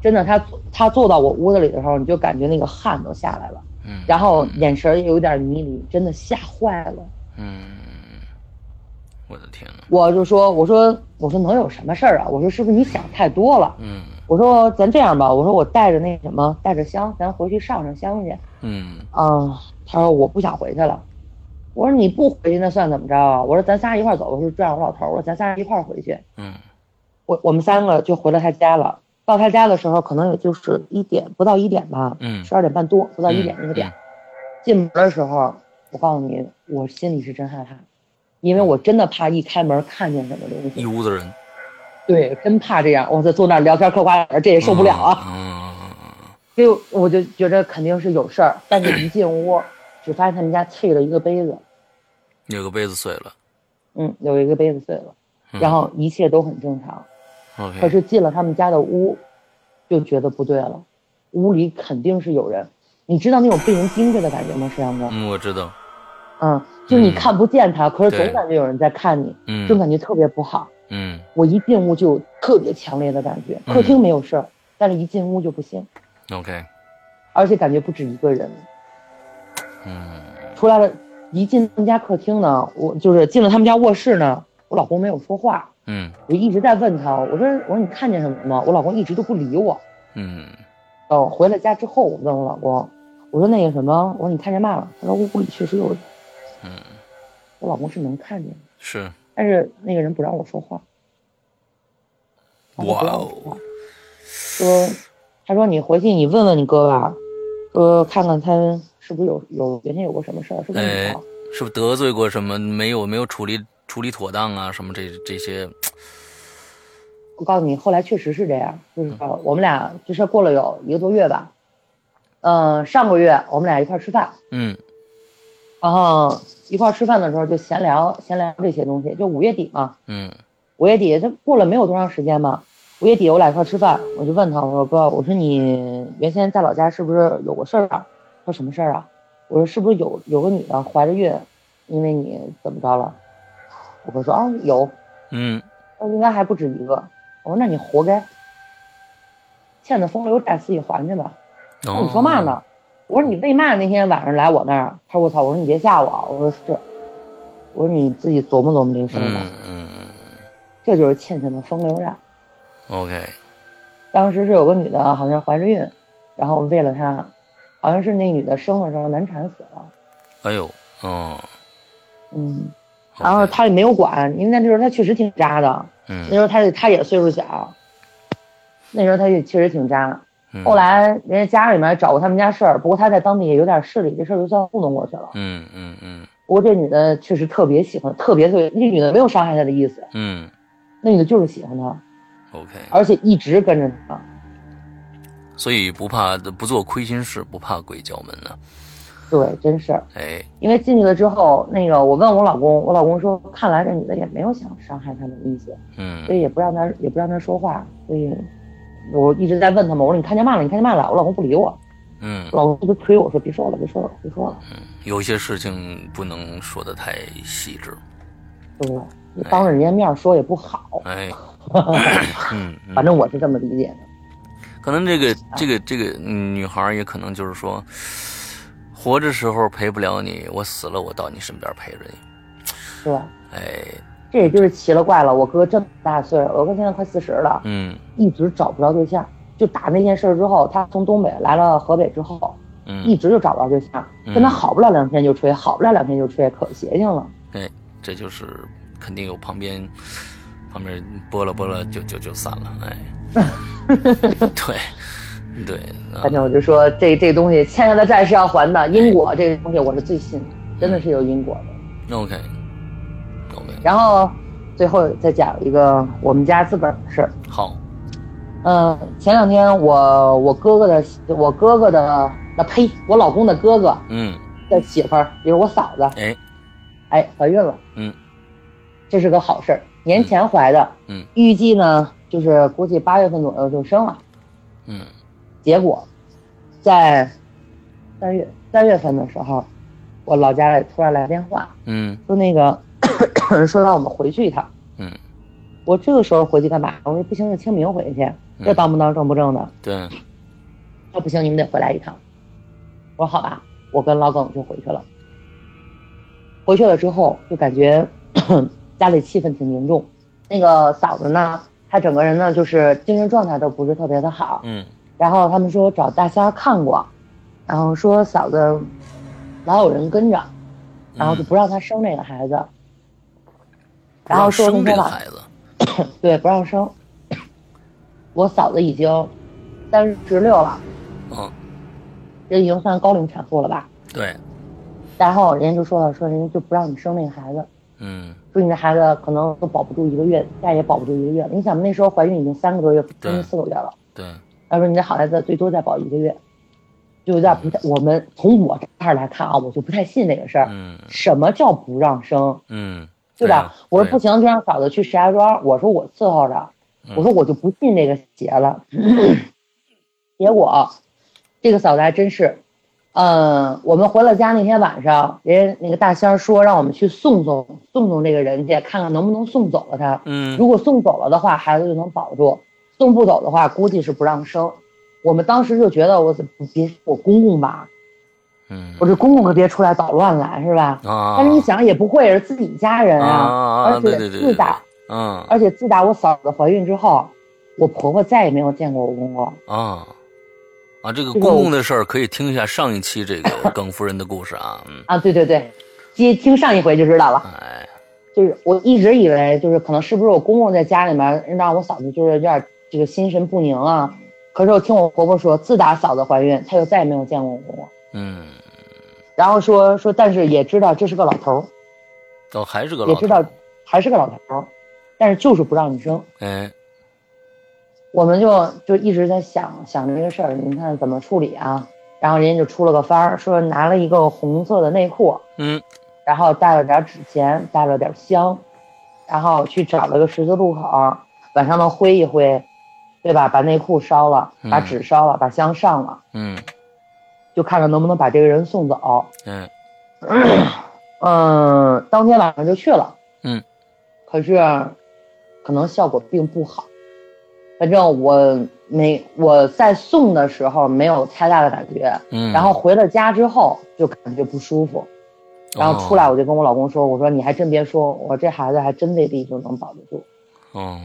B: 真的，他他坐到我屋子里的时候，你就感觉那个汗都下来了，
A: 嗯
B: 然后眼神也有点迷离，真的吓坏了。
A: 嗯，我的天呐。
B: 我就说，我说，我说能有什么事儿啊？我说是不是你想太多了？
A: 嗯
B: 我说咱这样吧，我说我带着那什么，带着香，咱回去上上香去。
A: 嗯
B: 嗯，他说我不想回去了。我说你不回去那算怎么着啊？我说咱仨一块儿走。我说这样，我老头儿，我说咱仨一块儿回去。
A: 嗯
B: 我我们三个就回了他家了。到他家的时候，可能也就是一点不到一点吧，
A: 嗯，
B: 十二点半多，不到一点那个点。进门的时候，我告诉你，我心里是真害怕，因为我真的怕一开门看见什么东西。
A: 一屋子人
B: 对，真怕这样。我在坐那儿聊天嗑瓜子儿，这也受不了啊。
A: 嗯嗯
B: 所以我就觉得肯定是有事儿，但是一进屋，只发现他们家碎了一个杯子，
A: 有个杯子碎了。
B: 嗯，有一个杯子碎了，
A: 嗯
B: 然后一切都很正常。可
A: OK，
B: 是进了他们家的屋，就觉得不对了，屋里肯定是有人。你知道那种被人盯着的感觉吗，石阳哥？
A: 嗯，我知道。
B: 嗯，就你看不见他，可是
A: 对
B: 总感觉有人在看你，这种
A: 嗯
B: 感觉特别不好。
A: 嗯，
B: 我一进屋就有特别强烈的感觉，客厅没有事儿，但是一进屋就不行。
A: OK，
B: 而且感觉不止一个人。
A: 嗯
B: 出来了，一进他们家客厅呢，我就是进了他们家卧室呢，我老公没有说话，
A: 嗯
B: 我一直在问他，我说我说你看见什么了吗？我老公一直都不理我。
A: 嗯
B: 哦，回了家之后，我问我老公，我说那个什么，我说你看见嘛了？他说屋里确实有人。
A: 嗯，
B: 我老公是能看见的，
A: 是。
B: 但是那个人不让我说话。
A: 哇
B: 老公不让我说
A: 哦
B: 话，说，他说你回去你问问你哥吧，说看看他是不是有有原先有过什么事儿，是不是你
A: 哎
B: 搞的
A: 是不是得罪过什么？没有没有处理处理妥当啊？什么这这些？
B: 我告诉你，后来确实是这样，就是说我们俩这事儿过了有一个多月吧，嗯、上个月我们俩一块儿吃饭，
A: 嗯
B: 然后一块儿吃饭的时候就闲聊闲聊这些东西，就五月底嘛，
A: 嗯
B: 五月底这过了没有多长时间嘛，五月底我俩一块儿吃饭，我就问他，我说哥，我说你原先在老家是不是有过事儿啊？他说什么事儿啊？我说是不是有有个女的怀着孕，因为你怎么着了？我哥说啊有，
A: 嗯
B: 那应该还不止一个。我说那你活该，欠的风流债自己还去吧。
A: 哦
B: 那你说嘛？呢？我说你为嘛那天晚上来我那儿？他说我操！我说你别吓我啊！我说是，我说你自己琢磨琢磨这个事儿吧。
A: 嗯嗯
B: 这就是欠欠的风流债。
A: ，OK，
B: 当时是有个女的，啊好像怀着孕，然后为了她，好像是那女的生的时候难产死了。
A: 哎呦，哦，
B: 嗯，然后他也没有管，因为那时候他确实挺渣的，那时
A: 嗯，
B: 候他也他也岁数小，那时候他也确实挺渣。
A: 嗯
B: 后，来人家家里面找过他们家事儿，不过他在当地也有点势力，这事儿就算糊弄过去了。
A: 嗯嗯嗯
B: 不过这女的确实特别喜欢，特别特别，那女的没有伤害他的意思，
A: 嗯
B: 那女的就是喜欢他，
A: ，OK，
B: 而且一直跟着他。
A: 所以不怕不做亏心事，不怕鬼叫门呢、
B: 对，真是，
A: 哎，
B: 因为进去了之后，那个我问我老公，我老公说，看来这女的也没有想伤害他的意思，所
A: 嗯
B: 以也不让他，也不让他说话，所以。我一直在问他们，我说你看见嘛了？你看见嘛了？我老公不理我，
A: 嗯
B: 我，老公就推我说别说了，别说了，别说了。
A: 有些事情不能说的太细致。
B: 对，你当着人家面说也不好，
A: 哎，嗯，嗯
B: 反正我是这么理解的。
A: 可能这个这个这个嗯女孩儿也可能就是说，活着时候陪不了你，我死了我到你身边陪着你。
B: 是吧？
A: 哎，
B: 这也就是奇了怪了。我哥这么大岁数，我哥现在快四十了，
A: 嗯
B: 一直找不着对象。就打那件事儿之后，他从东北来了河北之后，一
A: 嗯，
B: 直就找不着对象，跟他好不了两天就吹，好不了两天就吹，可邪性了。
A: 哎这就是肯定有旁边旁边拨了拨了就就就散了， 哎，对对，啊
B: 反正我就说这这东西欠下的债是要还的，因果这个东西我是最信的，真的是有因果的。
A: ，OK OK，
B: 然后最后再讲一个我们家自个儿的事儿。
A: 好，
B: 嗯，前两天我我哥哥的我哥哥的那呸，我老公的哥哥
A: 嗯，
B: 的媳妇儿，也就是我嫂子，
A: 哎，
B: 哎，怀孕了，
A: 嗯
B: 这是个好事儿。年前怀的，
A: 嗯
B: 预计呢就是估计八月份左右就生了。
A: 嗯
B: 结果在三月三月份的时候，我老家里突然来电话，
A: 嗯
B: 说那个 说让我们回去一趟。
A: 嗯，
B: 我这个时候回去干嘛？我说不行，就清明回去，这当不当正不正的？
A: 对，
B: 那不行，你们得回来一趟。我说好吧，我跟老耿就回去了。回去了之后，就感觉 家里气氛挺凝重。那个嫂子呢，她整个人呢就是精神状态都不是特别的好。
A: 嗯
B: 然后他们说找大仙儿看过，然后说嫂子老有人跟着，然后就不让她生这个孩子，然后说
A: 生
B: 跟
A: 这
B: 她
A: 个
B: 老
A: 孩子，
B: 对，不让生。我嫂子已经三十六了，
A: 嗯，
B: 这已经算高龄产妇了吧？
A: 对，
B: 然后人家就说了，说人家就不让你生那个孩子，
A: 嗯
B: 说你这孩子可能都保不住一个月，再也保不住一个月了。你想那时候怀孕已经三个多月，将近四个月了，
A: 对，
B: 他说呃你这好孩子最多再保一个月，就有点不太。我们从我这儿来看啊，我就不太信这个事儿。
A: 嗯
B: 什么叫不让生，
A: 嗯，
B: 对吧？
A: 啊
B: 我说
A: 对
B: 不行，就让嫂子去石家庄。我说我伺候着，
A: 嗯
B: 我说我就不信这个邪了。 结果这个嫂子还真是，嗯，我们回了家那天晚上，人家那个大仙儿说让我们去送送送送这个人家，看看能不能送走了他。
A: 嗯
B: 如果送走了的话，孩子就能保住；送不走的话，估计是不让生。我们当时就觉得我怎别我公公吧，
A: 嗯
B: 我这公公可别出来捣乱来，是吧？
A: 啊，
B: 但是你想，也不会是自己家人啊，
A: 啊
B: 而
A: 对
B: 且
A: 对对，
B: 自打
A: 嗯
B: 而且自打我嫂子怀孕之后，我婆婆再也没有见过我公公。
A: 啊啊，这个
B: 这
A: 公
B: 个
A: 公的事儿可以听一下上一期这个 耿夫人的故事啊，嗯，
B: 啊，对对对，接听上一回就知道了。
A: 哎，
B: 就是我一直以为，就是可能是不是我公公在家里面让我嫂子就是有点这个心神不宁啊。可是我听我婆婆说，自打嫂子怀孕，她就再也没有见过我公公。
A: 嗯，
B: 然后说说，但是也知道这是个老头儿，
A: 哦，还是个
B: 也
A: 老
B: 知
A: 头儿，
B: 道还是个老头儿，但是就是不让你生。
A: 哎，
B: 我们就就一直在想想这个事儿，你看怎么处理啊？然后人家就出了个方儿，说拿了一个红色的内裤，
A: 嗯
B: 然后带了点纸钱，带了点香，然后去找了个十字路口，晚上能挥一挥，对吧？把内裤烧了，
A: 嗯
B: 把纸烧了，把香上了，
A: 嗯
B: 就看看能不能把这个人送走。
A: 哎，
B: 嗯，当天晚上就去了。
A: 嗯，
B: 可是可能效果并不好。反正我没我在送的时候没有太大的感觉，
A: 嗯，
B: 然后回了家之后就感觉不舒服，然后出来
A: 哦，
B: 我就跟我老公说：“我说你还真别说，我这孩子还真未必就能保得住。
A: 哦，”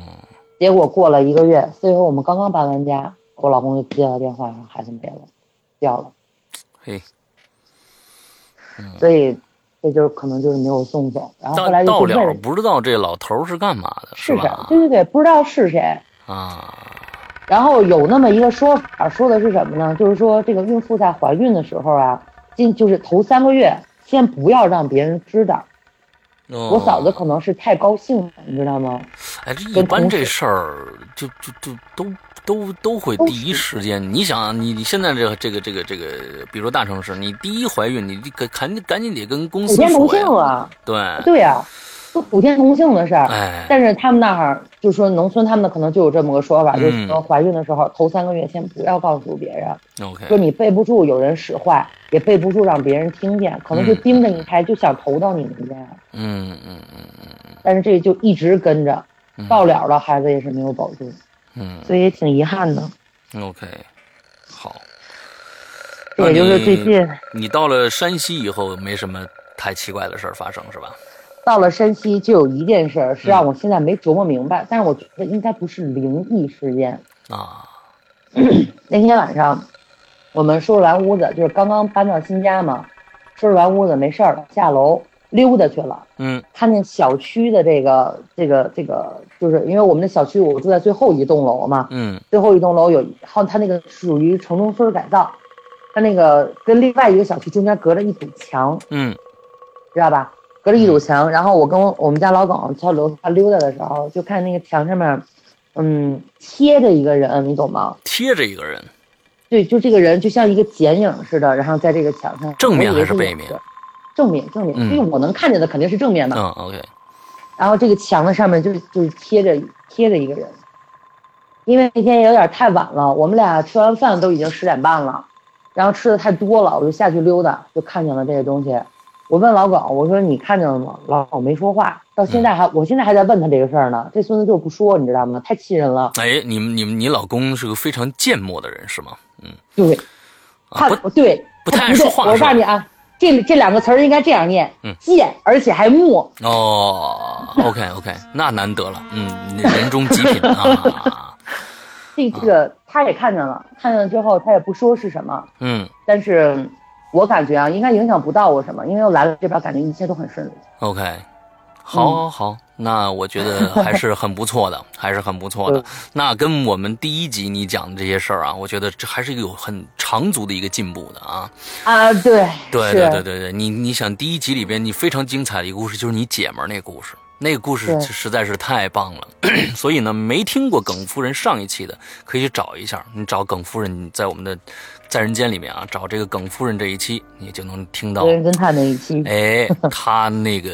B: 结果过了一个月，所以说我们刚刚搬完家，我老公就接到电话说孩子没了，掉了，
A: 嘿，嗯
B: 所以这就是可能就是没有送走。然后
A: 到
B: 后来就
A: 到
B: 问了
A: 了不知道这老头儿是干嘛的，
B: 是谁
A: 吧？
B: 对对对，不知道是谁。
A: 啊，
B: 然后有那么一个说法，说的是什么呢？就是说这个孕妇在怀孕的时候啊，进就是头三个月，先不要让别人知道。
A: 我
B: 我嫂子可能是太高兴了，你知道吗？
A: 哎，这一
B: 跟
A: 般
B: 同
A: 这
B: 事
A: 事儿就就就都都都会
B: 都
A: 第一时间。你想啊，你你现在这个这个这个这个，比如说大城市，你第一怀孕，你赶赶紧赶紧得跟公
B: 普
A: 司
B: 天同
A: 说
B: 庆
A: 呀。
B: 啊，
A: 对，
B: 对呀、都普天同庆的事儿。
A: 哎，
B: 但是他们那儿就说农村他们可能就有这么个说
A: 嗯
B: 法，就是说怀孕的时候头三个月先不要告诉别人，说
A: OK，
B: 你备不住有人使坏，也备不住让别人听见，可能就
A: 嗯
B: 盯着你拍，就想投到你们家。
A: 嗯嗯嗯
B: 但是这就一直跟着，
A: 嗯
B: 到了了孩子也是没有保住，
A: 嗯
B: 所以也挺遗憾的。
A: 嗯，OK，好。
B: 这也就是最
A: 那
B: 近
A: 你你到了山西以后，没什么太奇怪的事儿发生是吧？
B: 到了山西就有一件事儿是让我现在没琢磨明白，但是我觉得应该不是灵异事件。
A: 啊，
B: 那天晚上，我们收拾完屋子，就是刚刚搬到新家嘛，收拾完屋子没事儿了，下楼溜达去了。
A: 嗯
B: 看见小区的这个这个这个，就是因为我们的小区我住在最后一栋楼嘛，
A: 嗯
B: 最后一栋楼有好，它那个属于城中村改造，它那个跟另外一个小区中间隔着一堵墙，
A: 嗯
B: 知道吧？隔着一堵墙，然后我跟我们家老总到楼下溜达的时候，就看那个墙上面，嗯，贴着一个人，你懂吗？
A: 贴着一个人，
B: 对，就这个人就像一个剪影似的，然后在这个墙上。
A: 正面
B: 我以为
A: 还是背
B: 影
A: 面
B: 子？正面，正面，
A: 嗯
B: 因为我能看见的肯定是正面的。
A: 嗯，OK，
B: 然后这个墙的上面就是就是贴着贴着一个人，因为那天也有点太晚了，我们俩吃完饭都已经十点半了，然后吃的太多了，我就下去溜达，就看见了这个东西。我问老耿，我说你看见了吗？老耿没说话，到现
A: 嗯
B: 在还我现在还在问他这个事儿呢。这孙子就是不说，你知道吗？太气人了。
A: 哎，你们你们你老公是个非常缄默的人是吗？嗯，
B: 对，
A: 啊
B: 他
A: 不
B: 对
A: 不
B: 他
A: 太爱说话
B: 对我
A: 是吧
B: 告诉你啊，这这两个词儿应该这样念
A: 嗯：
B: 贱，而且还木。
A: 哦，OK OK，那难得了，嗯，人中极品啊，
B: 这这个他也看见了，看见了之后他也不说是什么。
A: 嗯
B: 但是我感觉啊，应该影响不到我什么，因为我来了这边，感觉一切都很顺利。
A: ，OK，好
B: 嗯
A: 好好，那我觉得还是很不错的，还是很不错的
B: 嗯。
A: 那跟我们第一集你讲的这些事儿啊，我觉得这还是有很长足的一个进步的啊。
B: 啊，对，
A: 对
B: 是
A: 对对对对，你你想第一集里边你非常精彩的一个故事就是你姐们儿那个故事，那个故事
B: 对
A: 实在是太棒了。 所以呢，没听过耿夫人上一期的，可以去找一下。你找耿夫人，你在我们的在人间里面啊，找这个耿夫人这一期，你就能听到
B: 《。人侦探》那一期，
A: 哎，她那个。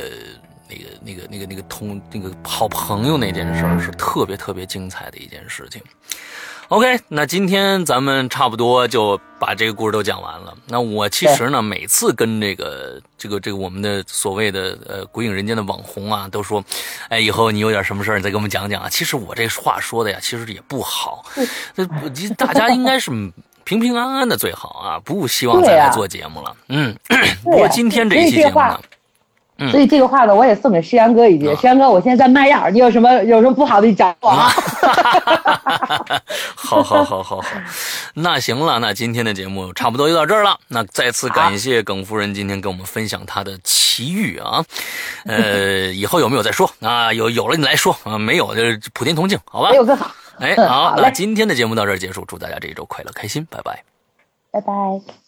A: 那个、那个、那个、那个通那个好朋友那件事儿是特别特别精彩的一件事情。OK，那今天咱们差不多就把这个故事都讲完了。那我其实呢，每次跟这个这个这个我们的所谓的呃鬼影人间的网红啊，都说，哎，以后你有点什么事儿，你再给我们讲讲啊。其实我这话说的呀，其实也不好，那不其实大家应该是平平安安的最好啊，不希望再
B: 对
A: 来
B: 呀
A: 做节目了。嗯，不
B: 对
A: 过
B: 呀
A: 今天这
B: 所
A: 一
B: 以
A: 期节目
B: 话
A: 呢，嗯
B: 所以这个话呢，我也送给诗阳哥一句：
A: 啊
B: 诗阳哥，我现在在卖药，你有什么有什么不好的，你找我 啊。
A: 好好好好好，那行了，那今天的节目差不多就到这儿了。那再次感谢耿夫人今天跟我们分享她的奇遇啊，呃，以后有没有再说啊？有有了你来说啊，没有就是普天同庆，好吧
B: 没？有更好，
A: 哎，
B: 嗯
A: 好，
B: 好嘞
A: 那今天的节目到这儿结束，祝大家这一周快乐开心，拜拜。
B: 拜拜。